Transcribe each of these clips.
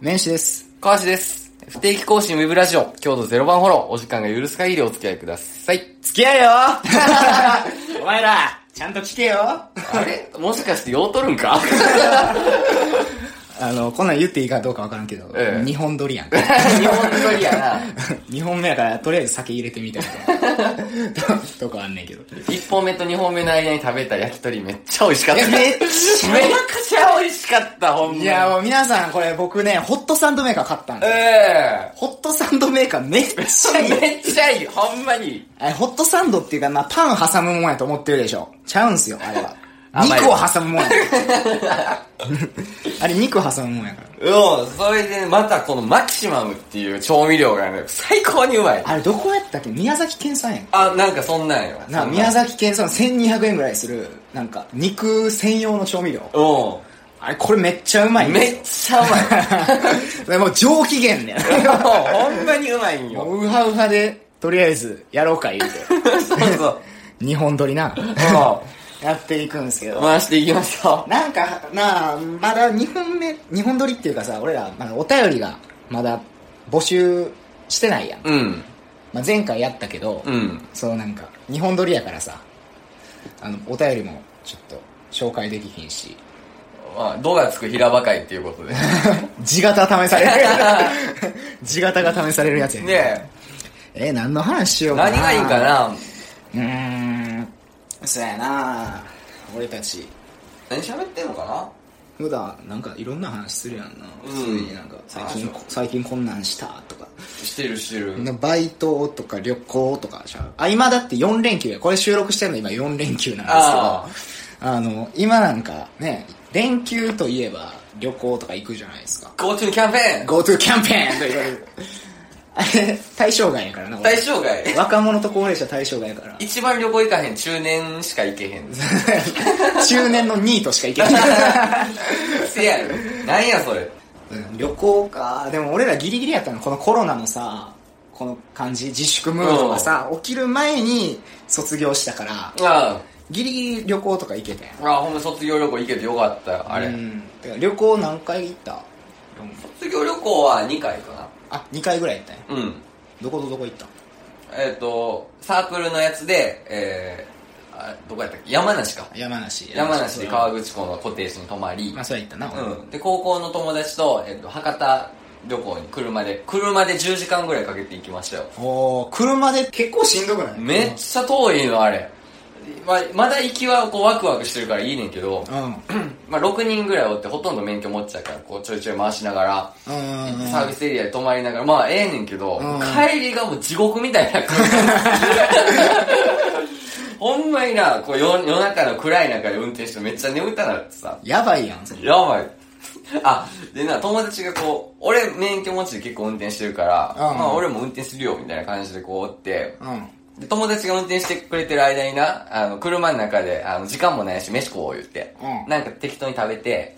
年始です。川橋です。不定期更新ウェブラジオ、強度ゼロ番フォロー、お時間が許す限りお付き合いください。付き 合えよお前ら、ちゃんと聞けよあれもしかして用取るん かあの、こんなん言っていいかどうかわからんけど、ええ日本撮り やん。日本撮りやな。 2本目やから、とりあえず酒入れてみたい な。ととこあんねんけど。 1本目と2本目の間に食べた焼き鳥めっちゃ美味しかった。めっっちちゃ美味しかった、ほんまに。いや、もう皆さんこれ僕ね、ホットサンドメーカー買ったんえですえホットサンドメーカーめっちゃいい。めっちゃいい、ほんまに。あれホットサンドっていうか、まあ、パン挟むもんやと思ってるでしょ。ちゃうんすよ、あれ は。甘い肉を挟むもんや。 あれ肉挟むもんやから。うん、それでまたこのマキシマムっていう調味料がね、最高にうまい。あれどこやったっけ宮崎県産やん。あ、なんかそんなんよ。なそん宮崎県産1200円ぐらいする、なんか、肉専用の調味料。うあれ、これめっちゃうまいん。んでめすっちゃうまい。よ。 もう上機嫌ね。ほんまにうまいんも よ。うウハウハで、とりあえず、やろうか言うて。そうそう。日本撮りな。うやっていくんですけん。ど。回していきましょなんか、なあ、まだ2本目、2本撮りっていうかさ、俺ら、まだお便りが、まだ募集してないやん。う。うん。まあ、前回やったけど、うん。そのなんか、日本撮りやからさ、あの、お便りも、ちょっと、紹介できひんし、まあ、度がつく平ばかいっていうことで。地型試される。地型が試されるやつやね。 ねえー、何の話しよえ、うかな。何がいいかなうーん、そうやな俺たち、何喋ってんのかな普段なんかいろんな話するやんな。うん普通になんか、最近話、最近こんなんしたとか。してるしてる。バイトとか旅行とかじゃんあ、今だって4連休や。これ収録してるの今4連休なんあですけど、あの、今なんかね、連休といえば旅行とか行くじゃないですか。あ。GoTo キャンペーン GoTo キャンペーンと言われる。あれ、 対象外やからな、俺対象外。若者と高齢者対象外やから。 一番旅行行かへん中年しか行けへん。 中年のニートしか行けない。 せやろ。なんやそれ。うん 旅行か。でも俺らギリギリやったの。このコロナのさ、この感じ、自粛ムードがさ、起きる前に卒業したから、あギリギリ旅行とか行けたやん。あ。ああ、ほんま卒業旅行行けてよかったよ。あれ。うん。だから旅行何回行った卒業旅行は2回かあ、2回ぐらい行ったんや。な。うん。どことどこ行ったんえっ、と、サークルのやつで、えー、あどこやったっけ山梨か。山梨。山梨で川口湖のコテージに泊まり、まあ、それ行ったな、俺うん、で高校の友達と,、えっと博多旅行に車で車で10時間ぐらいかけて行きましたよおー車で結構しんどくないめっちゃ遠いのあれ、ままだ行きはこうワクワクしてるからいいねんけど、うん。まあ、6人ぐらいおってほとんど免許持っちゃうからこうちょいちょい回しながらうんうんうんサービスエリアに泊まりながらまあええねんけど、うん帰りがもう地獄みたいな感 じほんまになこう夜夜中の暗い中で運転してめっちゃ眠たなってさやばいやん、それ。やばい。 あ、でな、友達がこう、俺免許持ちで結構運転してるから、うんまあ俺も運転するよ、みたいな感じでこうおって、うん。で、友達が運転してくれてる間にな、あの、車の中で、あの、時間もないし、飯食おう言って、うんなんか適当に食べて、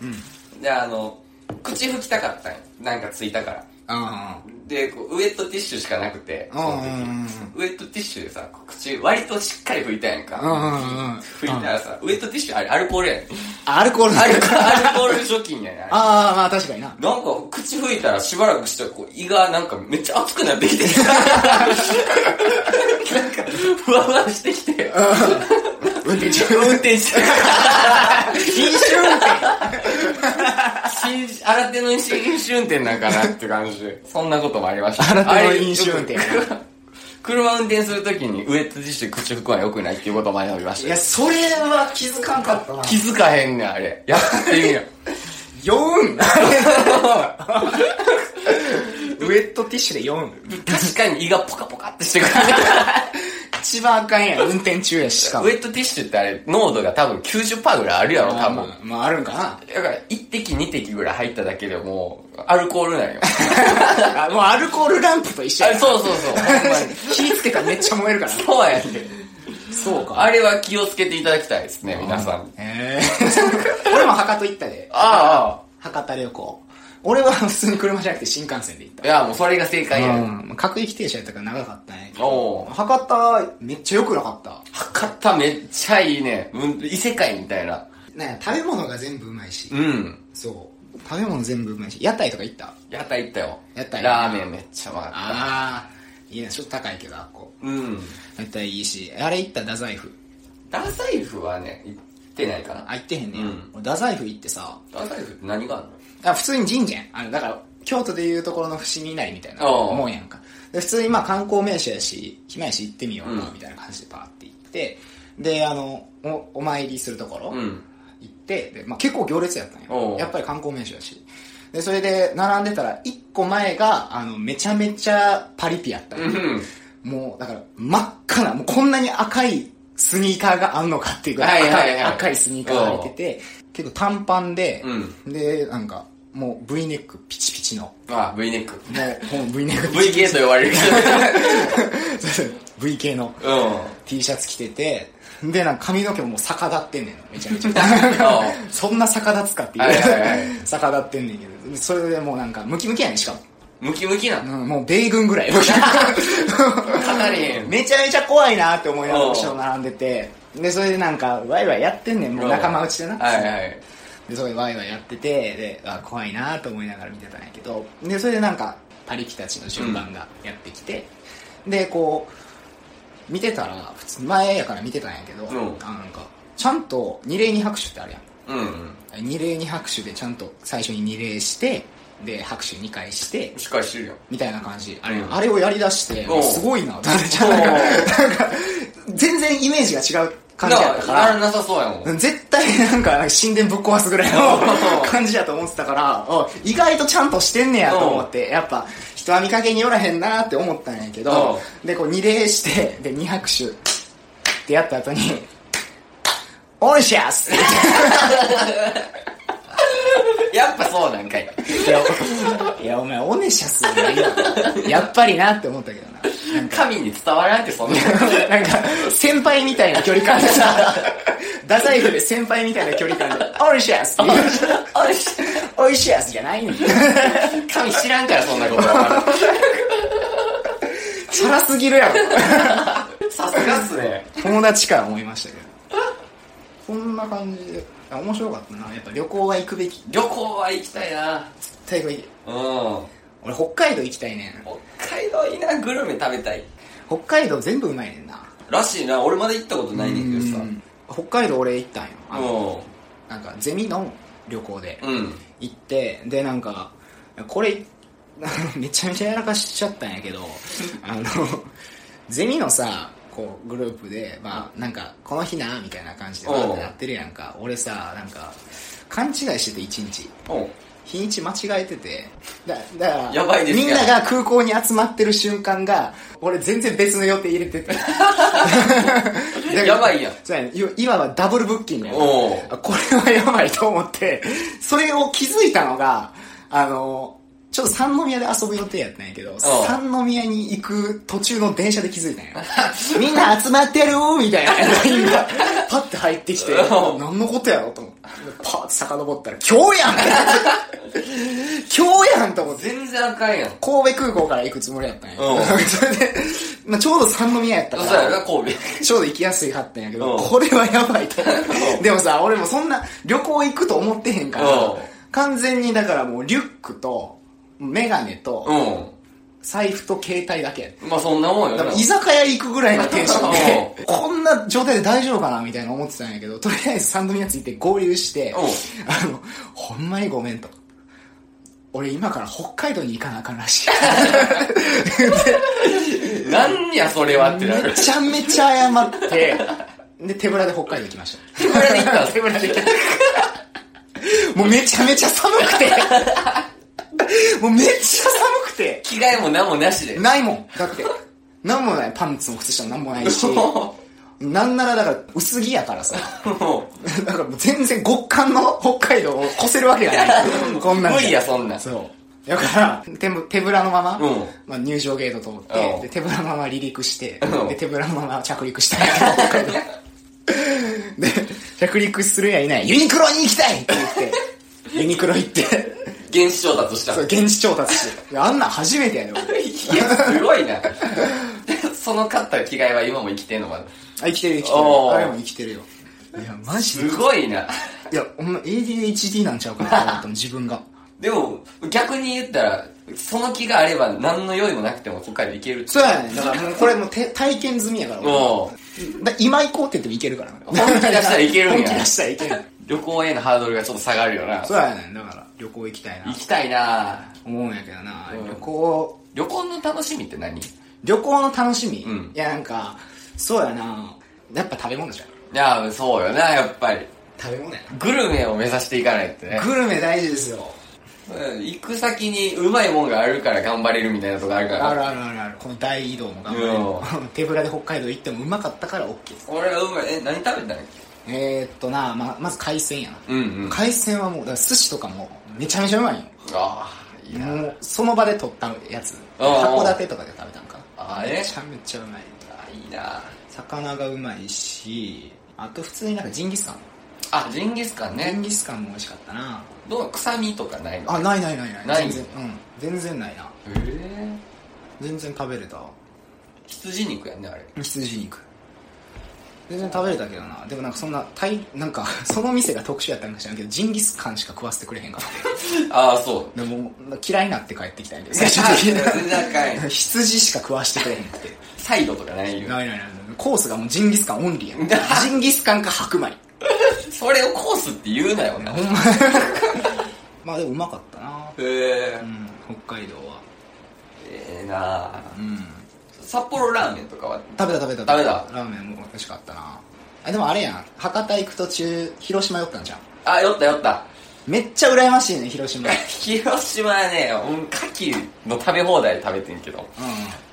で、あの、口拭きたかったんよなんかついたから。あで、こうウエットティッシュしかなくて、うんその時うんうんウエットティッシュでさ、こう口割としっかり拭いたやんか。うんうんうん拭いたらさ、ウエットティッシュあれアルコールやん。あ。アルコールアルコールアルコール除菌やねんあれああ、まあ確かにな。なんか、口拭いたらしばらくしたら、こう、胃がなんかめっちゃ熱くなってきて、なんか、ふわふわしてきて、運転中。運 転して、禁酒運転。新新手の飲酒運転なんかなって感じで、そんなこともありました。新手の飲酒運転あれよく車運転するときにウエットティッシュで口拭くのは良くないっていうことを学びましいたや、よ。それは気づかんかったな。気づかへんねん、あれ。やってみよ。酔 うんウェットティッシュで酔うん確かに胃がポカポカってし てくる。一番あかんやん、運転中やし、しかウも。エットティッシュってあれ、濃度が多分90%ぐらいあるやろ、多分。まあ、まあ、あるんかだから、1滴2滴ぐらい入っただけでもう、アルコール なんよ。な。あもうアルコールランプと一緒あや。そうそうそう、ほんまに。火つけたらめっちゃ燃えるから。 そうやって。そうか。あれは気をつけていただきたいですね、皆さん。ええ。 俺も博多行ったで。あ博多旅行。俺は普通に車じゃなくて新幹線で行っあ、いや、もうそれが正解や。た。各駅停車やったから長かったね。おう博多、めっちゃ良くなかった。博多めっちゃいいね。うん、異世界みたいな。ね、食べ物が全部うまいし、うん。そう食べ物全部うまいし屋台とか行った屋台行ったよ。屋台ラーメンめっちゃうまかった。ああいいねちょっと高いけどあっこうん。屋台いいしあれ行った太宰府ダサイフはね、行ってないかな。あ行ってへんね、うん俺太宰府行ってさダサイフって何があるのあ普通に神社やんあのだから京都でいうところの伏見稲荷みたいなおうもんやんかで普通にまあ観光名所やし暇やし行ってみようかうんみたいな感じでパーって行ってであのおお参りするところ、うん。行ってで、まあ、結構行列やったんおようやっぱり観光名所やしでそれで並んでたら1個前があのめちゃめちゃパリピやったんようん。もうだから真っ赤なもうこんなに赤いスニーカーがあんのかっていうぐらいはいは赤いい,、はい赤いスニーカーが履いてて結構短パンで、でなんかもう V ネックピチピチのもあ、V ネック。うもう V ネック VK と呼ばれるけそうそう V 系の ど。うん。 T シャツ着ててでなんか髪の毛ももう逆立ってんねんめちゃめちゃ うそんな逆立つかっていう、はいはいは 逆立ってんねんけどそれでもうなんかムキムキやねんしかも、ムキムキなうの。ん、もう米軍ぐらい かなり。めちゃめちゃ怖いなって思いながらおう後ろ並んでてでそれでなんかワイワイやってんねんもう 仲間内でなはいはい。でそれでワイワイやっててであ怖いなと思いながら見てたんやけどでそれでなんかパリピたちの順番がやってきて、でこう見てたら普通に前やから見てたんやけど、んあなんかちゃんと二礼二拍手ってあるやんうん。二礼二拍手でちゃんと最初に二礼してで拍手二回してしっかりしてるよ。みたいな感じ。あれ,、うんあれをやり出しておう、すごいな、なんかなんか、全然イメージが違う感じやったかなあれら、なさそうやもん。絶対なんかなんか神殿ぶっ壊すぐらいおのう感じやと思ってたから、お意外とちゃんとしてんねやと思って、やっぱ人は見かけによらへんなって思ったんやけどお、で、こう二礼して、で、二拍手ってやった後に、オンシャスってやっぱそうなんかい。いや、お いやお前、オネシャスじゃないよやっぱりなって思ったけどな。神に伝わらんってそんな。 なんか、先輩みたいな距離感でさ、 太宰府で先輩みたいな距離感で、おいしやすおいしおいしやすじゃないね ん。神知らんからそんなことは。チャラすぎるやろ。さすがっすね。友達か思いましたけど。こんな感じで、あ面白かったな。やっぱ旅行は行くべき。旅行は行きたいな。最後いうん。俺、北海道行きたいねん。北海道いいな、グルメ食べたい。北海道全部うまいねんな。らしいな、俺まだ行ったことないねんけどうん北海道俺行ったんよ。あさ。のもなんか、ゼミの旅行で。う、うん。行ってでなんかこれ めちゃめちゃやらかしちゃったんやけどあのゼミのさこうグループでまあなんかこの日なみたいな感じでおうわーってやってるやんか俺さなんか勘違いしてて一日おう日にち間違えててだだからやばいですねみんなが空港に集まってる瞬間が俺全然別の予定入れててだから やばいやんそうやねい今はダブルブッキングやんおうあこれはやばいと思ってそれを気づいたのがあのちょっと三宮で遊ぶ予定やったんやけど、三宮に行く途中の電車で気づいた んや。みんな集まってるみたいな LINE が、パッて入ってきて、うん何のことやろと思って、パーって遡ったら、今日やん今日やんと思って。全然あかんやん。神戸空港から行くつもりやったんや。うそ れで、まあ、ちょうど三宮やったそうかやな、ら、神戸。ちょうど行きやすいかったんやけど、うんこれはやばいと思っうて。でもさ、俺もそんな旅行行くと思ってへんかうんら、完全にだからもうリュックと、メガネと、財布と携帯だけやったうん。まあそんなもんよだな。から居酒屋行くぐらいのテンションうで、こんな状態で大丈夫かなみたいな思ってたんやけど、とりあえず三宮ついて合流して、うんあの、ほんまにごめんと。俺今から北海道に行かなあかんらしい。なんやそれはってなるめ。ちゃめちゃ謝って、で、手ぶらで北海道行きまし手ぶらで行ったんた。手ぶらで行った。もうめちゃめちゃ寒くて、もうめっちゃ寒くて、着替えも何もなしで。ないもん。だって、なんもない。パンツも靴下もなんもない し、もなんならだから薄着やからさ。う、も だからもう全然極寒の北海道を越せるわけが ない。こんなんじゃ無理やそんなんそう。だから、手ぶ手ぶらのまま、うんまあ、入場ゲート通っうてん、で手ぶらのまま離陸して、うんで手ぶらのまま着陸したんやけど北海道 で、着陸するやいない、ユニクロに行きたいって言って、ユニクロ行って、う、現地調達したそう、。現地調達して。あんなん初めてやで、俺。いや、すごいな。その買った着替えは今も生きてんのかな。あ、生きてる生きておる。ーあれも生きてるよ。いや、マジで。すごいな。いや、ほんま ADHD なんちゃうかなと思ったの、自分が。でも、逆に言ったら、その気があれば何の用意もなくても北海道行けるそうやねんだからもうこれもうて体験済みやから俺もう、だ今行こうって言ってもいけるから本気出したらいけるんや本気出したらいける旅行へのハードルがちょっと下がるよな。そうやねんだから旅行行きたいな行きたいな思うんやけどな、うん旅行旅行の楽しみって何い旅行の楽しみ、うんいやなんかそうやなやっぱ食べ物じゃんや、そうよな、やっぱり。食べ物やグルメを目指していかないとねな。グルメ大事ですようん行く先にうまいもんがあるから頑張れるみたいなとこあるかあら。るあるあるあるこの大移動も頑張れる手ぶらで北海道行ってもうまかったから OK です俺はうまい。え、何食べたんだっえー、っとなままず海鮮やな、けうんうん。海鮮はもうだから寿司とかもめちゃめちゃうまいよああ、いいな。もうその場で取ったやつああ函館とかで食べたんかなあれめちゃめちゃうまいあいいな魚がうまいしあと普通になんかジンギスカンあ、ジンギスカジンねン。ギスカンも美味しかったなどう臭みとかないのあないないないないない全然うん全然ないなへえ。全然食べれた羊肉やんね、あれ。羊肉全然食べれたけどなでもなんかそんなたいなんか その店が特殊やったんか知らんけどジンギスカンしか食わせてくれへんかっああ、そう。たでも もう嫌いになって帰ってきたんやけど最最終終的的に。 全然あかんに 羊しか食わしてくれへんくてサイドとかないよ。ないないないコースがもうジンギスカンオンリー やんジンギスカンか白米それをコースって言うなよな。へ まあでもうまかったなえう。ん北海道はええなうん札幌ラーメンとかは食べた食べた食べたラーメンも美味しかったなあでもあれやん博多行く途中広島寄ったんじゃんあ、酔った酔った。 めっちゃ羨ましいね広 島うん広島はね、うん牡蠣の食べ放題食べてんけど、も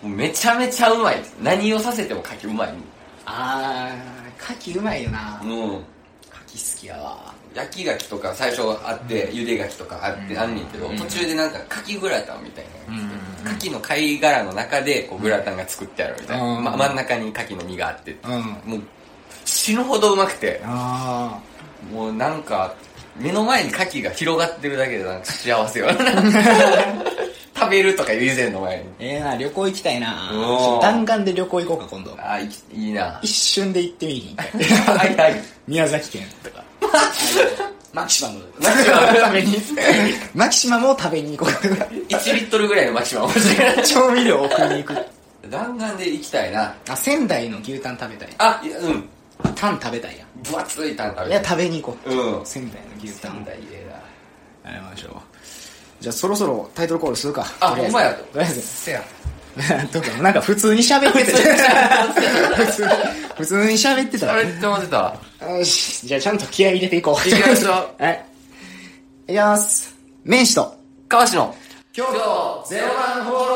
うめちゃめちゃうまい。何をさせても牡蠣うまい。あー牡蠣うまいよなうん。牡蠣好きやわ焼き牡蠣とか最初あって、茹で牡蠣とかあって、うんあんねんけど、うん途中でなんか牡蠣グラタンみたいなやつうでん牡蠣の貝殻の中でこうグラタンが作ってあるみたいな、うんま、真ん中に牡蠣の身があって、うんもう死ぬほどうまくてあもうなんか目の前に牡蠣が広がってるだけでなんか幸せよ 食べるとか言う以前の前にーええな旅行行きたいなおー弾丸で旅行行こうか今度あいきいいな一瞬で行ってみいひんはいはい宮崎県と かマキシマムマキシマムのために マキシマムを食べに行こう1リットルぐらいのマキシマム欲しい調味料を送り に行く弾丸で行きたいなあ仙台の牛タン食べたいあいやうんタン食べたいや分厚いタン食べんいてや食べに行こう、うん仙台の牛タン三大家だやりましょうじゃあそろそろタイトルコールするかあとりえずほんまやとりあえずせや どうかなんか普通に喋ってた普通に 普通に喋ってあたれって混ぜたよしじゃあちゃんと気合い入れていこういきましょう はいいきます名士と川島の今日ゼロ番フォロ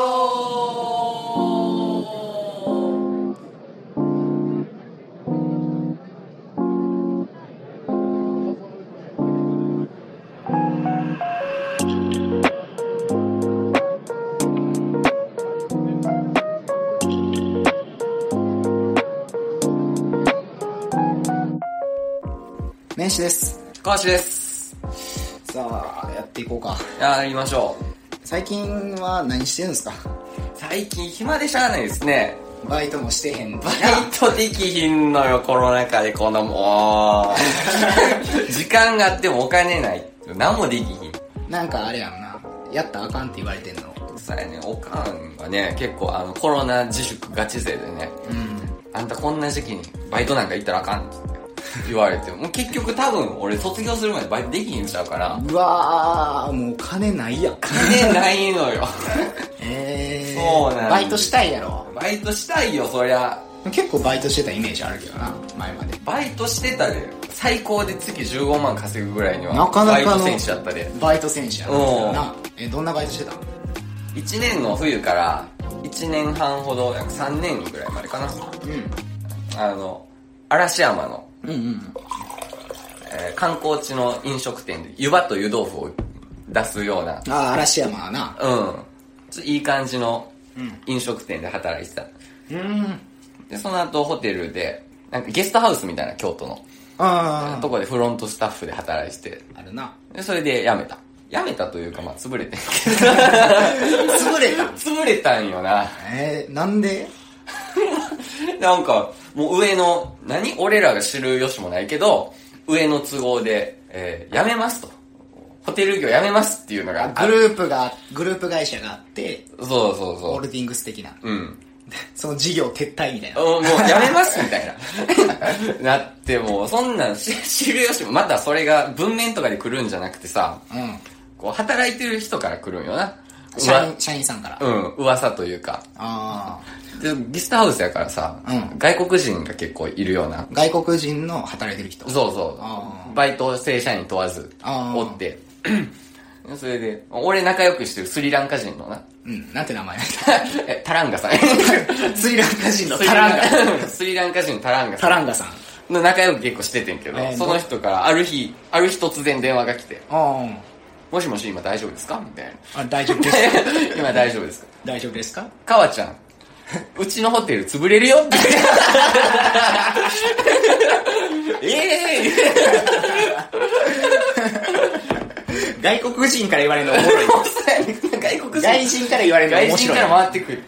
名士ですー川島ですさあやっていこうかやりましょう最近は何してるんですか最近暇でしゃあないですねバイトもしてへん バイトできひんのよコロナ禍でこのも う時間があってもお金ない何もできひんなんかあれやんなやったらあかんって言われてんのさやねおかんがね結構あのコロナ自粛ガチ勢でねうんあんたこんな時期にバイトなんか行ったらあかんって言われて、もう結局多分俺卒業するまでバイトできひんちゃ うから、うわーもう金ないやん金ないのよ。 えー、そうなんですバイトしたいやろバイトしたいよ、そりゃ。結構バイトしてたイメージあるけどな前までバイトしてたで。最高で月15万稼ぐぐらいには、なかなかのバイト選手だったで。バイト選手やろなえどんなバイトしてたの1年の冬から、1年半ほど、約3年ぐらいまでかな。あの、嵐山の、うんうんうんえー観光地の飲食店で、湯葉と湯豆腐を出すような、ああ嵐山はなうん。ちょいい感じの飲食店で働いてた。うんで、その後ホテルで、なんかゲストハウスみたいな京都の、あとこでフロントスタッフで働いてて、ああるなで、それで辞めた。辞めたというか、まあ、潰れてんけ潰れたど 潰れたんよな。えー、なんでなんか、もう上の、何俺らが知る由もないけど、上の都合で、えー辞めますと。ホテル業やめますっていうのがグループが、グループ会社があって、そうそうホそールディングス的な。う。うん。その事業撤退みたいな。おもうやめますみたいな。な ってもう、そんなんし知るよしも、またそれが文面とかで来るんじゃなくてさ、うん。こう働いてる人から来るんよな。社うわ員、社員さんから。あうん、噂というか。あで、ゲストハウスやからさ、うん外国人が結構いるような。ー。外国人の働いてる人。そうそあう。バイト正社員問わず、あーおって。 それで、俺仲良くしてるスリランカ人のな、 うん。なんて名前えタランガさん。 スリランカ人のスリタランガ。ガ。 スリランカ人タランガさタんランガさん。の仲良く結構しててんけどあ、ーその人からある日、ある日突然電話が来て、あもしもし今大丈夫ですかみ たいな。あ。あ大丈夫です か今大丈夫ですか大丈夫ですかかわちゃん、うちのホテル潰れるよって。ええ 外国人から言われるのおもろい。 外国 人外人から言われるの外面人白い。から回ってくる。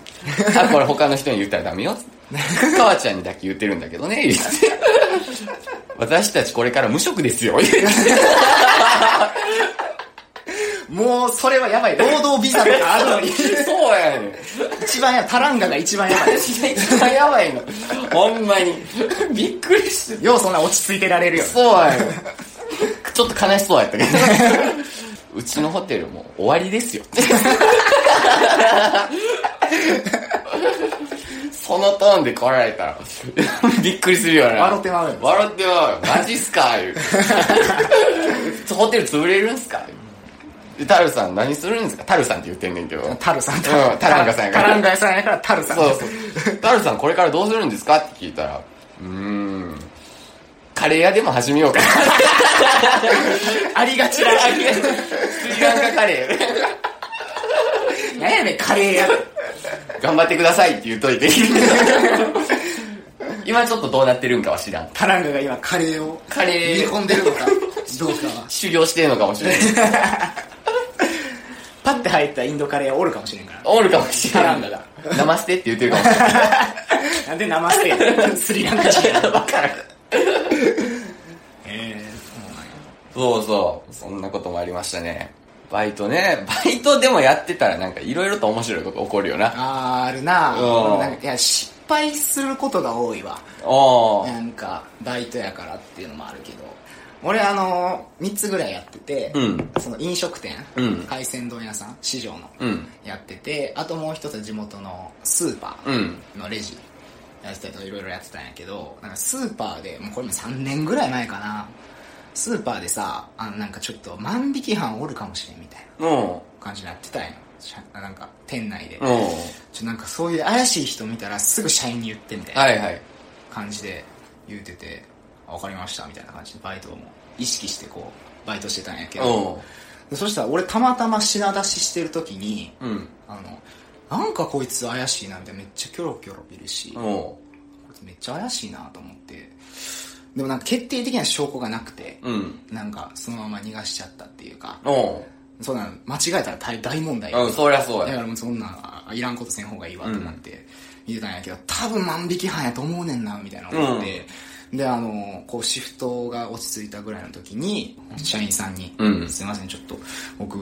あ、これ他の人に言ったらダメよ。かわちゃんにだけ言ってるんだけどね、言って。私たちこれから無職ですよ。もう、それはやばい。労働ビザとかあるのに。 そうやねん。一番や、タランガが一番やばい。私が一 番やばいの。ほんまに。びっくりして。ようそんな落ち着いてられるよ。そうやねん。ちょっと悲しそうやったけど。うちのホテルもう終わりですよ。そのトーンで来られたら、びっくりするよな。笑ってまうよ笑ってまうよ。マジっすか言うホテル潰れるんすかでタルさん何するんですかタルさんって言ってんねんけど。タルさん。うんタランガさんやかタらランガさんやからタルさん。そうそう。ダルさんこれからどうするんですかって聞いたら、うーん、カレー屋でも始めようかな。ありがちだ。スリランカカレー。なんやねん、カレー屋。頑張ってくださいって言っといて。今ちょっとどうなってるんかは知らん。タランガが今、カレーを。カレー煮込んでるのか、どうかは。修行してんのかもしれん。パッて入ったインドカレーはおるかもしれんから。おるかもしれん。タランガ だ。生捨てって言ってるかもしれん。なんで生捨て やねんスリランカ人や。わからん。えそうそう。そんなこともありましたね。バイトね。バイトでもやってたらなんかいろいろと面白いこと起こるよな。あーあるなうん俺なんかいや失敗することが多いわおー。なんかバイトやからっていうのもあるけど俺あの3つぐらいやってて、うんその飲食店、うん海鮮丼屋さん市場の、うん。やっててあともう一つは地元のスーパうん。ーのレジやってたりとかいろいろやってたんやけどなんかスーパーでもうこれも3年ぐらい前かなスーパーでさあのなんかちょっと万引き犯おるかもしれんみたいなうん。感じになってたんやしゃなんか店内で、うん。ちょなんかそういう怪しい人見たらすぐ社員に言ってみたいなはいはい。感じで言うてて、あわかりましたみたいな感じでバイトも意識してこうバイトしてたんやけど、でそしたら俺たまたま品出ししてる時に、うん。うん。あの、なんかこいつ怪しいなみたいなめっちゃキョロキョロいるし、こおいつめっちゃ怪しいなと思って、でもなんか決定的な証拠がなくて、う。うん。なんかそのまま逃がしちゃったっていうか、おそうなの間違えたら大大問題う。うん、そりゃそうだや。からもうそんなんあいらんことせん方がいいわってなって言ってたんやけど、多分万引き犯やと思うねんなみたいな思って、であのこうシフトが落ち着いたぐらいの時に社員さんに「うんすいませんちょっと僕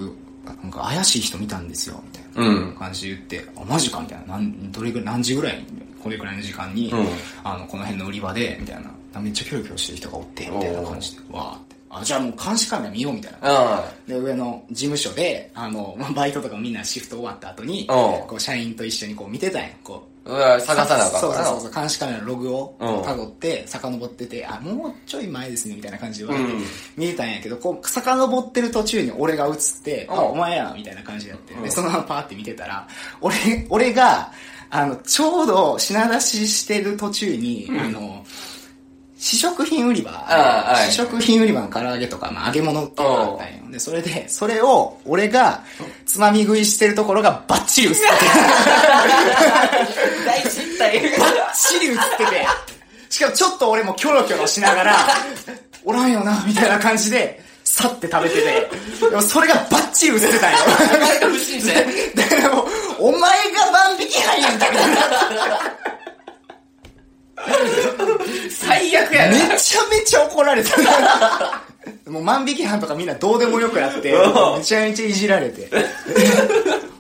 なんか怪しい人見たんですよ」みたいな。うん。感じで言って、あ、マジかみたいな。なんどれぐらい、何時ぐらいこれぐらいの時間に、うんあの、この辺の売り場で、みたいな。めっちゃキョロキョロしてる人がおって、みたいな感じで、わーって。あ、じゃあもう監視カメラ見ようみたいな。うで上の事務所であの、まあ、バイトとかみんなシフト終わった後におう。こう社員と一緒にこう見てたんやこうんうわ、探さなあかんそうかそらうな。そうそう監視カメラのログをうんたどって遡っててあもうちょい前ですねみたいな感じで言われて、うん見えたんやけどこう遡ってる途中に俺が映って「うんあお前や」みたいな感じになってうんでそのままパーって見てたら俺俺があのちょうど品出ししてる途中に、あの試食品売り場、ああはい試食品売り場の唐揚げとか、まあ、揚げ物っていうのがあったんよ。で、それで、それを、俺が、つまみ食いしてるところがバッチリ映ってて、大失態。バッチリ映ってて、しかもちょっと俺もキョロキョロしながら、おらんよな、みたいな感じで、去って食べてて、でもそれがバッチリ映ってたんよ。お前が不審者や。だからもう、お前が万引き犯やんか、みたいな。最悪やめちゃめちゃ怒られた。もう万引き犯とかみんなどうでもよくやって、めちゃめちゃいじられて。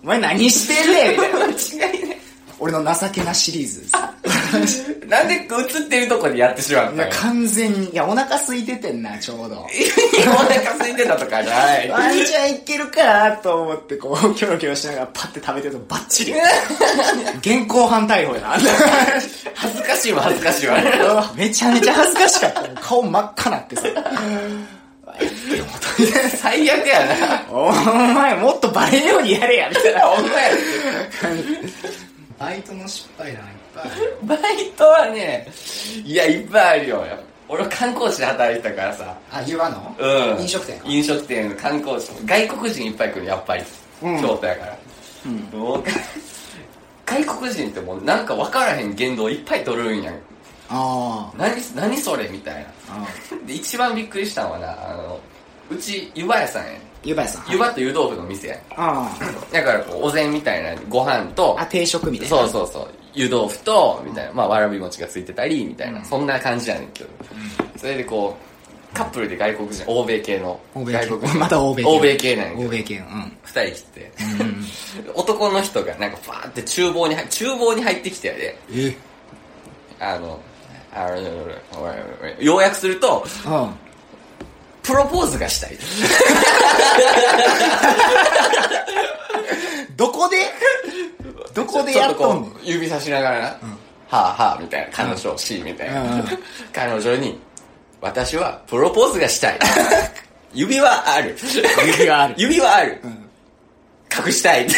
お前何してんねんみたいな。違いね。俺の情けなシリーズです。なんで映ってるとこでやってしまったいのや、いや完全に。いや、お腹空いててんな、ちょうど。お腹空いてたとかじゃな い。ワンちゃんいけるかなと思って、こう、キョロキョロしながらパッて食べてるとバッ チリ。現行犯逮捕やな。 恥ずかしいわ、恥ずかしいわ。めちゃめちゃ恥ずかしかった。顔真っ赤なってさ。最悪やな。お前もっとバレるようにやれや、みたいな。お前、バイトの失敗だな、いっぱい。バイトはね、いや、いっぱいあるよ。俺は観光地で働いてたからさ。あ、言わのうん。飲食店か飲食店の観光地。外国人いっぱい来る、やっぱり。うん京都やから。どうか外国人ってもうなんか分からへん言動いっぱい取るんやん。あ何、何それみたいな。あ。あで、一番びっくりしたのはな、あの、うち、湯葉屋さんやねん。ゆばやさん。湯葉と湯豆腐の店やねん。あだからこう、お膳みたいなご飯とあ。、あ、定食みたいな。そうそうそう、湯豆腐と、みたいな、まあ、わらび餅がついてたり、みたいな、そんな感じやねんけど。それでこう、カップルで外国人、欧米系の、欧米系外国人また欧米系欧米系なんやけ欧ど、米系の。うん。二人来て、 男の人がなんか、ファーって厨房に入、厨房に入ってきてやで、えあの、あれ、要約すると、うん。プロポーズがしたい。どこ でどこでやっとんねちょっこう指差しながらな、はあはあみたいな、彼女をし、みたいな。うんうん 彼女に、私はプロポーズが したい。指はある。指はある指はある。隠したい。んほ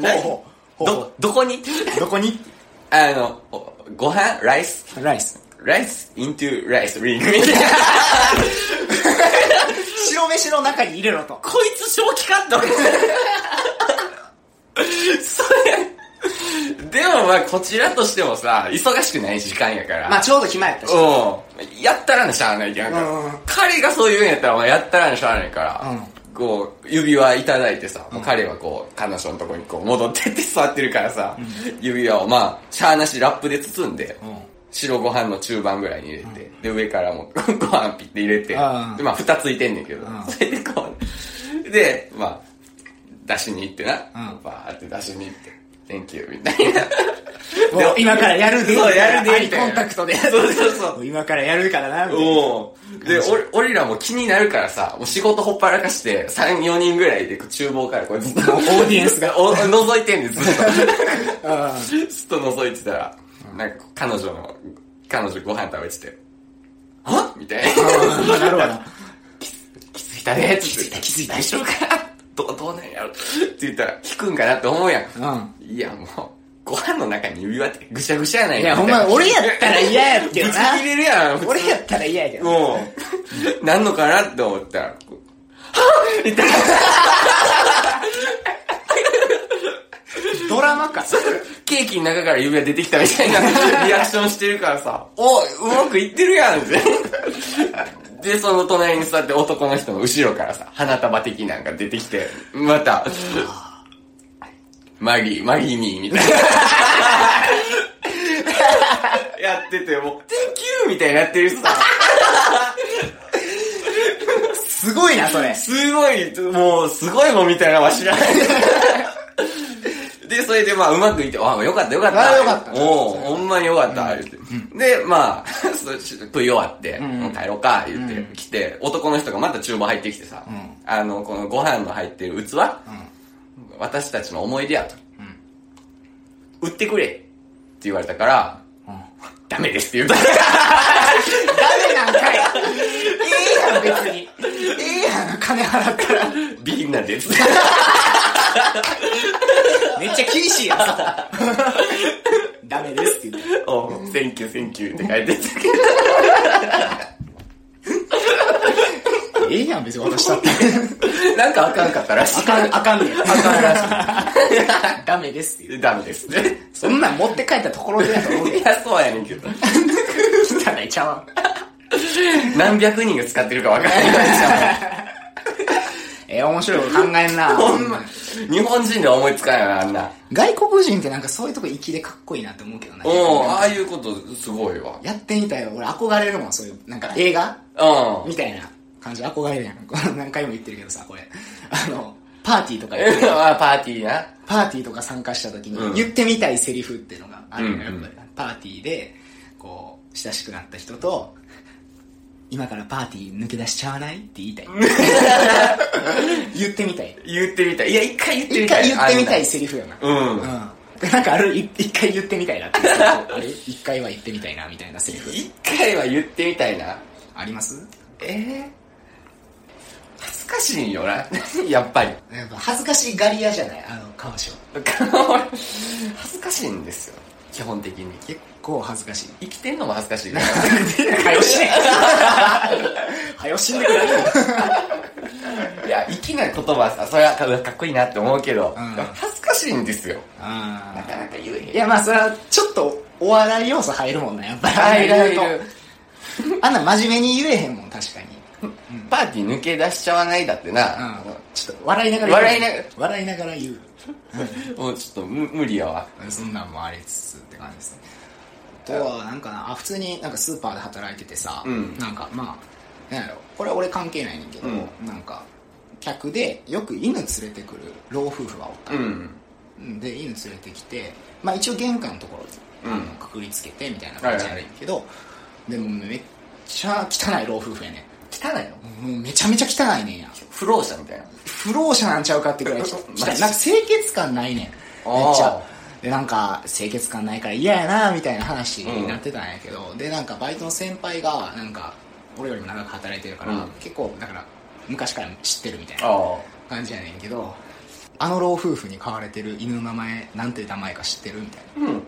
うほうほうほ ど、どこにうどこにあの、おご飯、ライス、ライス。ライス、イントゥライス、リング。みたいな白飯の中に入れろと。 こいつ正気かと思って。 それ、でもまあこちらとしてもさ、忙しくない時間やから。まあちょうど暇やったし。うん。やったらなしゃあないけど、うんうんうん彼がそう言うんやったら、お前やったらなしゃあないから、うんこう、指輪いただいてさ、もう彼はこう、彼女のとこにこう、戻ってって座ってるからさ、指輪をまあ、しゃあなしラップで包んで、ん白ご飯の中盤ぐらいに入れて、で、上からもうご飯ピッて入れて、ああで、まあ、蓋ついてんねんけど、んそれでこう、で、まあ、出しに行ってな、うんバーって出しに行って、Thank you みた いな。もう今からやるで。そうやるでアイコンタクトで。そうそうそう。今からやるからな。おお。で、お俺らも気になるからさ、もう仕事ほっぱらかして、3、4人ぐらいで厨房からこうずっと、オーディエンスが お覗いてんです、ずっ うんと。 ずっと覗いてたら、なんかこう彼女の、彼女ご飯食べてて、あみたいな。あなるほど。 気づいたね気づいた、気づいた。大丈夫かなどう、どうなんやろって言ったら、聞くんかなって思うやん。いや、もう。ご飯の中に指輪ってぐしゃぐしゃやないいや、ほん ま、俺やったら嫌やけどぶちな。切れるやん、普通俺やったら嫌やけど。もう、なんのかなって思ったら、こうみたいなドラマか。ケーキの中から指輪出てきたみたいなリアクションしてるからさ、おうまくいってるやんって。で、その隣に座って男の人の後ろからさ、花束的なんか出てきて、また、マギー、マギーミーみたいな。やってて、もう、Thank you! みたいになってる人さ、すごいな、それ。すごい、もう、すごいもんみたいなのは知らない。で、それで、まあ、うまくいって、あ、よかった、よかった。あよかったおうほんまによかった、言って。で、まあ、 そうちょっと食い終わって、もう帰ろうか、言って、来て、男の人がまた厨房入ってきてさ、あの、このご飯の入ってる器、私たちの思い出やと。売ってくれって言われたから、ダメですって言うた。 ダメなんかい。ええやん、別に。ええやん、金払ったら。ビーンな んです。めっちゃ厳しいやん、そこ ダメですって言って。おうセンキュー、センキューって書いてて。ええやん、別に私だって。 なんかあかんかったらしいあ。かん、あかんねん。あかんらしい。 ダメですって言う。ダメですね。そんなん持って帰ったところでやと思うけいや、そうやねんけど。ど汚い茶碗。何百人が使ってるかわからないからええー、面白いこと考えんな。 ほんま、日本人では思いつかんよな、あんな。外国人ってなんかそういうとこ粋でかっこいいなって思うけどね。うん、ああいうことすごいわ。やってみたいわ。俺憧れるもん、そういう、なんか映画うん。 みたいな感じ憧れるやん。 これ何回も言ってるけどさ、これ。あの、パーティーとかで、え、まあ、パーティーな。パーティーとか参加した時うんに言ってみたいセリフっていうのがあるのよ、うんうんやっぱりパーティーで、こう、親しくなった人と、今からパーティー抜け出しちゃわないって言い たい。言ってみたい。言ってみたい。いや、一回言って一みたい。回言ってみたいセリフよな。あんな。うん。うん。なんかある、い一回言ってみたいな っていうセリフ。あれ一回は言ってみたいな、みたいなセリフ。一回は言ってみたいな。ありますえー、恥ずかしいんよな。 やっぱり。やっぱ恥ずかしがり屋じゃないあの、川島。恥ずかしいんですよ。基本的に。結構恥ずかしい。生きてんのも恥ずかしいから。は よしねはよ死んでくれ。いや、生きない言葉はさ、それはかかっこいいなって思うけど、うん恥ずかしいんですよ。なあかなか言えーへいん。や、まあ、それは、ちょっと、お笑い要素入るもんな、やっぱり。入る入るあんなん言うとあんな真面目に言えへんもん、確かに。パーティー抜け出しちゃわないだってな、うん。ちょっと、笑いながら笑いながら笑いながら言う。もうちょっと無無理やわ。そんなんもありつつって感じですね。あとは、なんかな、あ、普通になんかスーパーで働いててさ、うんなんかまあ、なんやろ、これは俺関係ないねんけど、うんなんか、客でよく犬連れてくる老夫婦がおったう。ん。うんで、犬連れてきて、まあ一応玄関のところに、うんあのくくりつけてみたいな感じで歩いてるけど、でもめっちゃ汚い老夫婦やね汚いのん。もうめちゃめちゃ汚いねんや。不老者みたいな。不老者なんちゃうかってくらい汚い。マ ジなんか清潔感ないねん。めっあーちゃ。で、なんか、清潔感ないから嫌やな、みたいな話になってたんやけど、で、なんか、バイトの先輩が、なんか、俺よりも長く働いてるから、うん結構、だから、昔から知ってるみたいなあ感じやねんけど、あの老夫婦に飼われてる犬の名前、なんて名前か知ってるみたいな。あ。うん。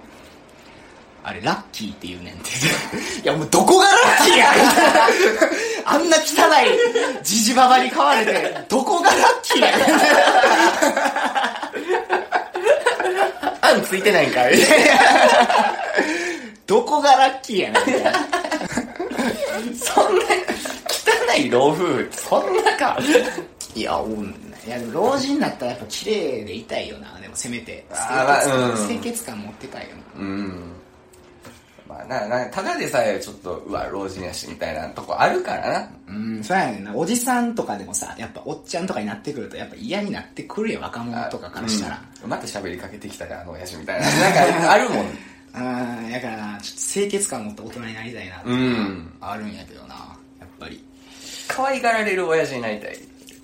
あれ、ラッキーって言うねんって。 いや、もうどこがラッキーや あんな汚いジジババに飼われて、どこがラッキー やあんついてないんかい。どこがラッキーやねんみたいな。そんな、汚い老夫婦、そんなか。いや、おんいやでも老人になったらやっぱ綺麗でいたいよな。でもせめて。清潔あーまあ感うん清潔感持ってたいよな。うん。まあな、な、ただでさえちょっと、うわ、老人やし、みたいなとこあるからな。うん、そうやねんな。おじさんとかでもさ、やっぱおっちゃんとかになってくると、やっぱ嫌になってくるよ、若者とかからしたら。うんまた喋りかけてきたらあの親父みたいな。なんかあるもん。うん、だからな、ちょっと清潔感持って大人になりたいなって、うん。あるんやけどな、やっぱり。可愛がられる親父になりたい。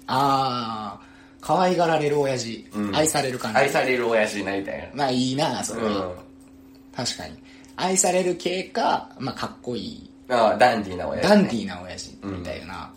あー、可愛がられる親父、ん愛される感じ。愛される親父になりたいまあいいな、それな。うは、ん。確かに。愛される系か、まあかっこいい。ああ、ダンディーな親ダ父。ンディーな親父みたいな。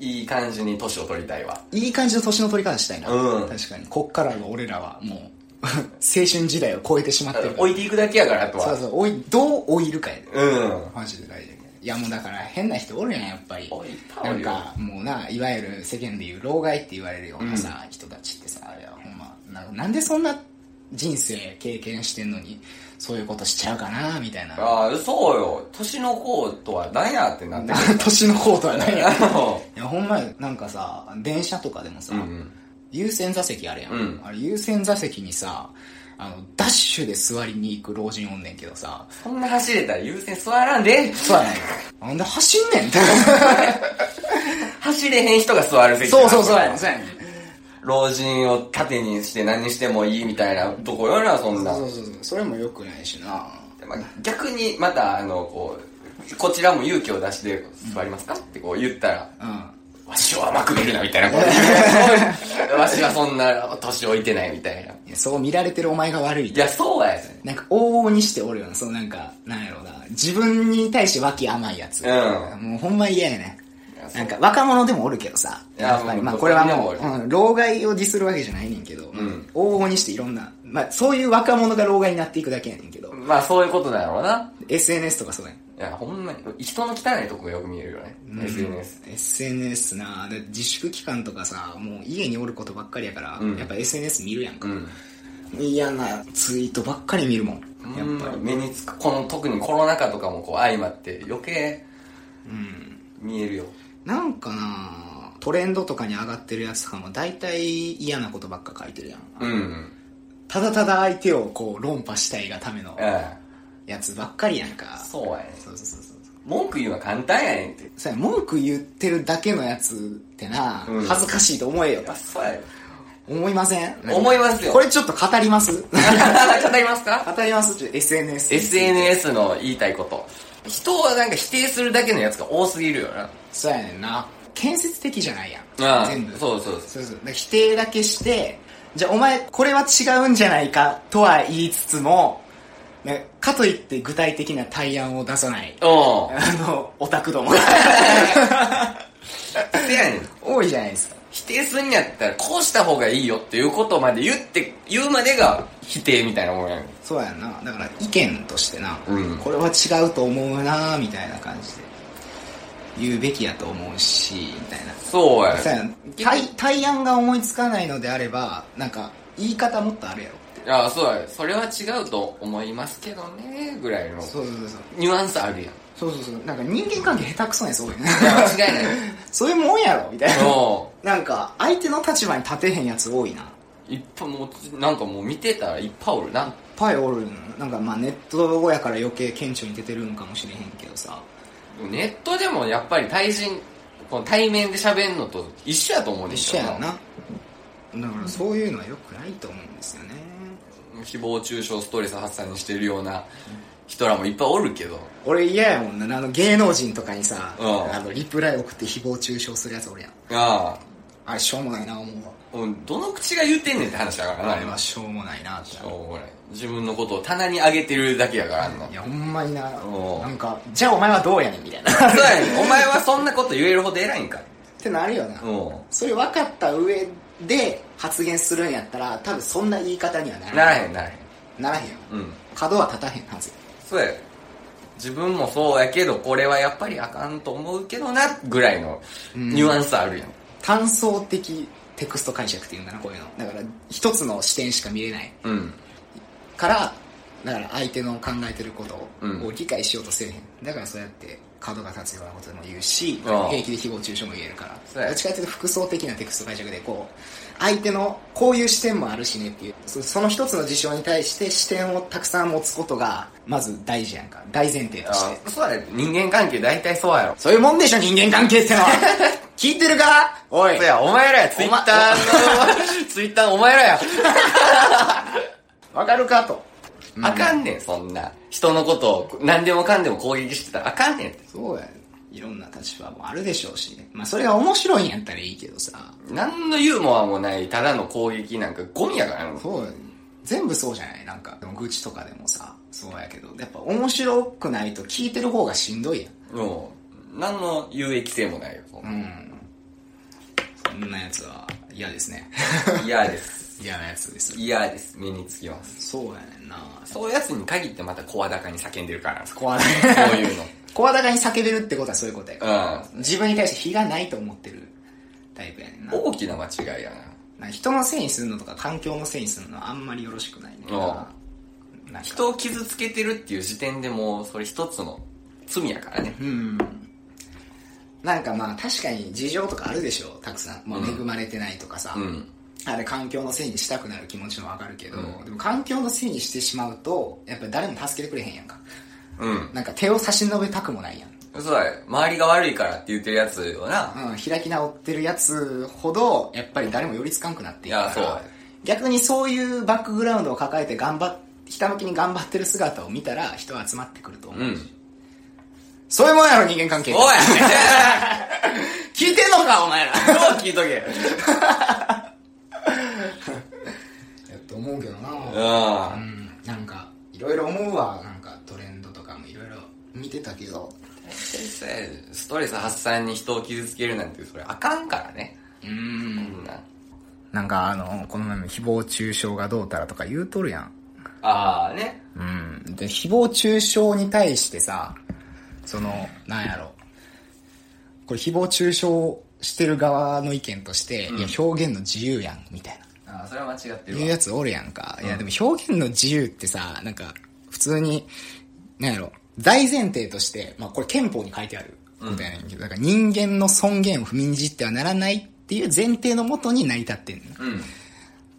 いい感じに年を取りたいわ。いい感じの年の取り方したいな。うん確かに。こっからは俺らはもう、 青春時代を超えてしまってるから。置いていくだけやから、あとそうは。そう、老い、どう老いるかやで。うん。マジで大事やけどいやもうだから変な人おるやん、やっぱりおいいっ。ぱいなおんるよか、もうな、いわゆる世間でいう老害って言われるようなさ、人たちってさ、いやほんまな、なんでそんな人生経験してんのに、そういうことしちゃうかな、みたいな。ああ、そうよ。年の子とは何やって なってな年の方とはないやん。いあのや、ほんまやなんかさ、電車とかでもさ、うん。優先座席あるやん、うんあれ優先座席にさあのダッシュで座りに行く老人おんねんけどさそんな走れたら優先座らんで。そうやねんなんで走んねんって走れへん人が座る席。そうそうそうやねんそうやねん老人を盾にして何してもいいみたいなとこよな、そんな。そうそうそうそれもよくないしなまあ逆にまたあのこうこちらも勇気を出して座りますかってこう言ったら、うんわしを甘く見るなみたいなこと言う そうわしはそんな年老いてないみたいないいやそう見られてるお前が悪いっいてやそうやなんか往々にしておるよなそうなんかなんやろうな自分に対して脇甘いやつ、うもうほんま嫌やねいやそうなんか若者でもおるけどさいややっぱりもうまあこれはもどこにでう、もうん老害をディスるわけじゃないねんけど、ん往々にしていろんな、まあ、そういう若者が老害になっていくだけやねんけど、まあそういうことだろうな SNS とかそうやねんいやほんまに人の汚いとこがよく見えるよね、SNS SNS なで自粛期間とかさもう家におることばっかりやから、うんやっぱ SNS 見るやんうか、ん嫌なツイートばっかり見るもんやっぱりうん目につくこの特にコロナ禍とかもこう相まって余計見えるよなんかなトレンドとかに上がってるやつとかも大体嫌なことばっか書いてるやん、うん。ただただ相手をこう論破したいがためのうん。やつばっかりやんかそうやねん。そうそうそうそう文句言うのは簡単やねんって。そうや文句言ってるだけのやつってな、うん恥ずかしいと思えよあ、そう やよ。思いません思いますよこれちょっと語ります 語りますか語りますちょっと SNS ?SNS の言いたいこと。人をなんか否定するだけのやつが多すぎるよな。そうやねんな建設的じゃないやんああ全部そうそうそそうそうだから否定だけしてじゃあお前これは違うんじゃないかとは言いつつもねかといって具体的な対案を出さないう。あのオタク どもうん。せやねん。多いじゃないですか否定するんやったら、こうした方がいいよっていうことまで言って、言うまでが否定みたいなもんやねん。そうやんなだから意見としてな、うんこれは違うと思うなみたいな感じで言うべきやと思うしみたいなそうやねん。そうやん対対案が思いつかないのであればなんか言い方もっとあるやろいや、そうや。それは違うと思いますけどね、ぐらいの。そうそうそうそうニュアンスあるやん。いそうそうそうなんか人間関係下手くそねすごいねや、間違いない。そういうもんやろみたい なそなんか相手の立場に立てへんやつ多いないっう。いっぱいもう、なんかもう見てたらいっぱいおるな。ぱいおるんなんかまあネットやから余計顕著に出てるんかもしれへんけどさネットでもやっぱり対人、この対面で喋るのと一緒やと思うねん一け緒どやん。なだからそういうのは良くないと思うんですよね誹謗中傷ストレス発散にしてるような人らもいっぱいおるけど。俺嫌やもんなあの芸能人とかにさうんあのリプライ送って誹謗中傷するやつおるやんああれしょうもないな思うわあ。もうどの口が言ってんねんって話だからあな、れは今。ししょうもないなってょうがない。自分のことを棚に上げてるだけやから、あんな。いやほんまになおうなんかじゃあお前はどうやねんみたいな っそうやねん。お前はそんなこと言えるほど偉いんかい。てなるよなうん。それ分かった上で発言するんやったら多分そんな言い方にはならならへんへん、ならへん。ならへんようん。角は立たへんはずよそうや。自分もそうやけど、これはやっぱりあかんと思うけどな、ぐらいのニュアンスあるやん。単層的テクスト解釈っていうんだなこういうのだから一つの視点しか見れないうん。からだから相手の考えてることうんを理解しようとせえへん、だからそうやって角が立つようなことでも言うしああ平気で誹謗中傷も言えるからそうやどっちかというと複層的なテクスト解釈でこう相手のこういう視点もあるしねっていうそその一つの事象に対して視点をたくさん持つことがまず大事やんか大前提としてあそうや。人間関係大体そうやろ。そういうもんでしょ人間関係っての は聞いてるかおいそうや、お前らや、ツイッター の、ツイッターお前らや。わかるかとあかんねん、そんな。人のことを何でもかんでも攻撃してたらあかんねんって。そうやいろんな立場もあるでしょうし、まあそれが面白いんやったらいいけどさ何のユーモアもない、ただの攻撃なんかゴミやからな。そう全部そうじゃないなんかでも愚痴とかでもさそうやけどやっぱ面白くないと聞いてる方がしんどいやんもう、何の有益性もないよ。そんなやつは嫌ですね 嫌です。嫌なやつです嫌です。身につきます。そうやねんなそういうやつに限ってまた声高に叫んでるからなんです。こ声ういう の。高に叫べるってことはそういうことやから、う自分に対して非がないと思ってるタイプやねんな大きな間違いやな。なんか人のせいにするのとか環境のせいにするのはあんまりよろしくないねんななんか人を傷つけてるっていう時点でもう、それ一つの罪やからね。なんかまあ確かに事情とかあるでしょたくさん、まあ、恵まれてないとかさ、うん。あれ環境のせいにしたくなる気持ちもわかるけど、でも環境のせいにしてしまうとやっぱり誰も助けてくれへんやんかうん。なんか手を差し伸べたくもないやん、そうだよ。周りが悪いからって言ってるやつはな。うん、開き直ってるやつほどやっぱり誰も寄りつかんくなっていくかいやそうら逆にそういうバックグラウンドを抱えて頑張っひたむきに頑張ってる姿を見たら人は集まってくると思うし、 うんそういうもんやろ人間関係おい聞いてんのかお前らどう聞いとけ。やと思うけどなうん。うんなんかいろいろ思うわなんかトレンドとかもいろいろ見てたけどストレス発散に人を傷つけるなんて、それあかんからね。うんそんな。なんかあのこの前も誹謗中傷がどうたらとか言うとるやんああね。うんで誹謗中傷に対してさそのなんやろこれ誹謗中傷してる側の意見として、いや表現の自由やんみたいなああ、それは間違っていうるわ。やつおるやんか。いや、でも表現の自由ってさ、なんか、普通に、なんやろ、大前提として、まあこれ憲法に書いてあることやねんけど、だから人間の尊厳を踏みにじってはならないっていう前提のもとに成り立ってんの。うん。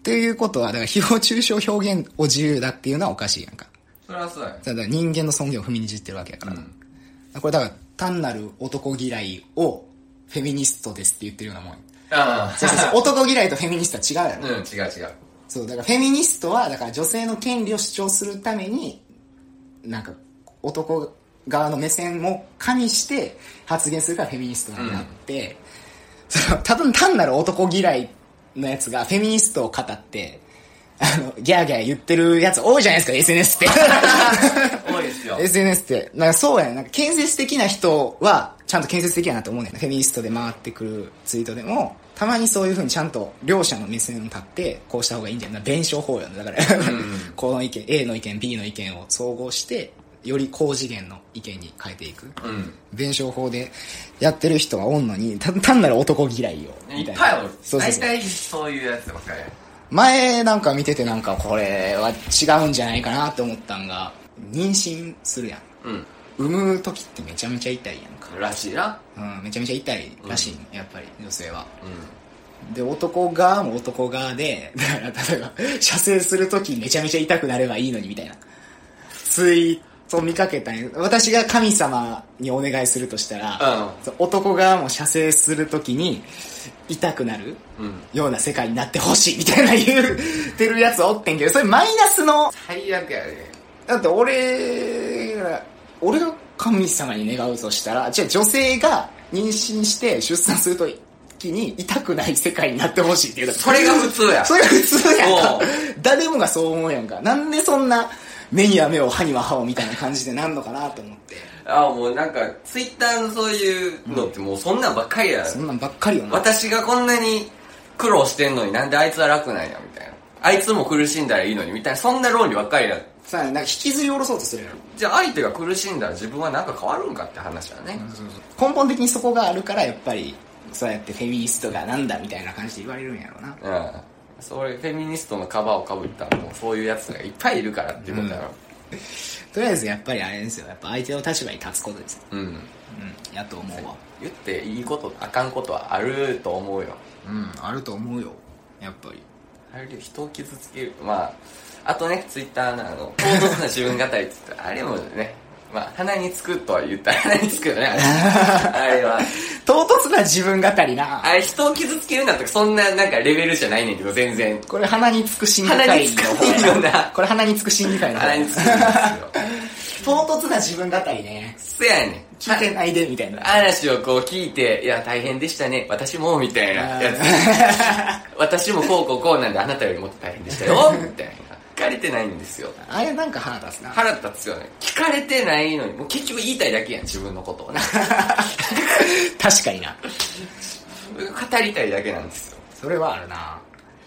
ということは、だから、誹謗中傷表現を自由だっていうのはおかしいやんか。それはそうや。ただ人間の尊厳を踏みにじってるわけやからな、これだから単なる男嫌いをフェミニストですって言ってるような もんあそうそうそう男嫌いとフェミニストは違うやあ。ろ、 うん、違う違う。そうだからフェミニストはだから女性の権利を主張するためになんか男側の目線も加味して発言するからフェミニストなんだって、その多分単なる男嫌いのやつがフェミニストを語ってあのギャーギャー言ってるやつ多いじゃないですか SNS って多いですよ。 SNS って、なんかそうやねなんか建設的な人は、ちゃんと建設的やなと思うねん。フェミニストで回ってくるツイートでも、たまにそういうふうにちゃんと両者の目線に立って、こうした方がいいんじゃないな弁証法よね。だから、 この意見、A の意見、B の意見を総合して、より高次元の意見に変えていく。うん。弁証法でやってる人はおんのに、た単なる男嫌いよ。いみたっいぱいな。おる。そうそう大そう。体そういうやつばっかりや。前なんか見ててなんかこれは違うんじゃないかなって思ったんが、妊娠するやん。うん。産む時ってめちゃめちゃ痛いやんか、らしいな。うん、めちゃめちゃ痛いらしい、ねやっぱり女性はうで男側も男側で だから例えば射精する時めちゃめちゃ痛くなればいいのにみたいなツイート見かけたんよ私が神様にお願いするとしたら、そう男側も射精する時に痛くなるん。うん。ような世界になってほしいみたいな言うてるやつおってんけどそれマイナスの最悪やね。だって俺が、俺が神様に願うとしたら、じゃあ女性が妊娠して出産するときに痛くない世界になってほしいっていうだけ。それが普通やそれが普通やんかおう。誰もがそう思うやんか。なんでそんな目には目を歯には歯をみたいな感じでなんのかなと思って。ああ、もうなんか、ツイッターのそういうのってもうそんなんばっかりや。そんなんばっかりよな。私がこんなに苦労してんのになんであいつは楽なんや、みたいな。あいつも苦しんだらいいのに、みたいな。そんな論理ばっかりや。さあ、なんか引きずり下ろそうとするやろ。じゃあ相手が苦しんだら自分はなんか変わるんかって話だね。根本的にそこがあるから、やっぱり、そうやってフェミニストがなんだみたいな感じで言われるんやろうな。うん。それ、フェミニストのカバーをかぶったらもうそういうやつがいっぱいいるからっていうことだろ。とりあえずやっぱりあれですよ。やっぱ相手の立場に立つことですよ。うん。うん、やと思うわ。言っていいこと、あかんことはあると思うよ。うん、あると思うよ。やっぱり。あれ人を傷つける。まあ、あとね、ツイッターのあの、唐突な自分語りっつって、あれもね、まあ、鼻につくとは言ったら鼻につくよ ね、あれあれは。唐突な自分語りな。あれ、人を傷つけるなんてそんななんかレベルじゃないねんけど、全然。これ鼻につく心理会の方鼻につくようなこれ鼻につく心理会の方鼻につくんですよ。 唐突な自分語りね。そやねん。聞いてないで、みたいな。話をこう聞いて、いや、大変でしたね、私も、みたいなやつ。 私もこうこうこうなんで、あなたよりもっと大変でしたよ、みたいな。聞かれてないんですよ。あれなんか腹立つな。腹立つよね。聞かれてないのに、もう結局言いたいだけやん、自分のことをな。 確かにな。語りたいだけなんですよ。それはあるな。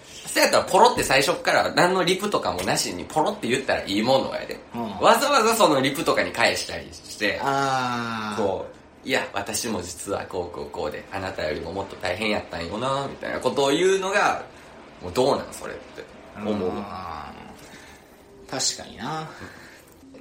そやったらポロって最初っから何のリプとかもなしにポロって言ったらいいものやで。うんわざわざそのリプとかに返したりして、あー。こう、いや、私も実はこうこうこうで、あなたよりももっと大変やったんよな、みたいなことを言うのが、もうどうなんそれって思う。あー確かにな。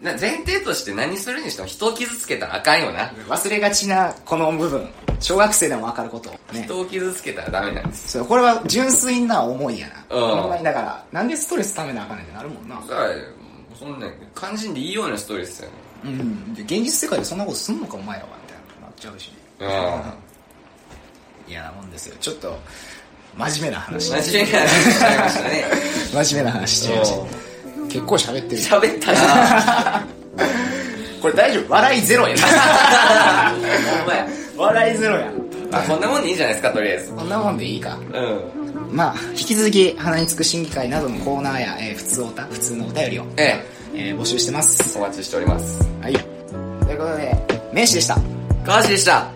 な前提として何するにしても人を傷つけたらあかんよな。忘れがちな、この部分。小学生でもわかること。ね。人を傷つけたらダメなんですよ。そう、これは純粋な思いやな。うんほんまにだから、なんでストレスためなあかんねんってなるもんな。だから、そんなん肝心でいいようなストレスやねうん、現実世界でそんなことすんのかお前らはみたいななっちゃうしうん嫌なもんですよちょっと真面目な話真面目な話しちゃいましたね。真面目な話しちゃいました結構喋ってる喋ったなこれ大丈夫笑いゼロや ほんまや。な 笑いゼロやまあ、こんなもんでいいじゃないですか、とりあえず。こんなもんでいいかうん。まあ引き続き鼻につく審議会などのコーナーや、えー普通おた普通のお便りを、ええ、えー募集してますお待ちしております。はいということで名刺でした川橋でした。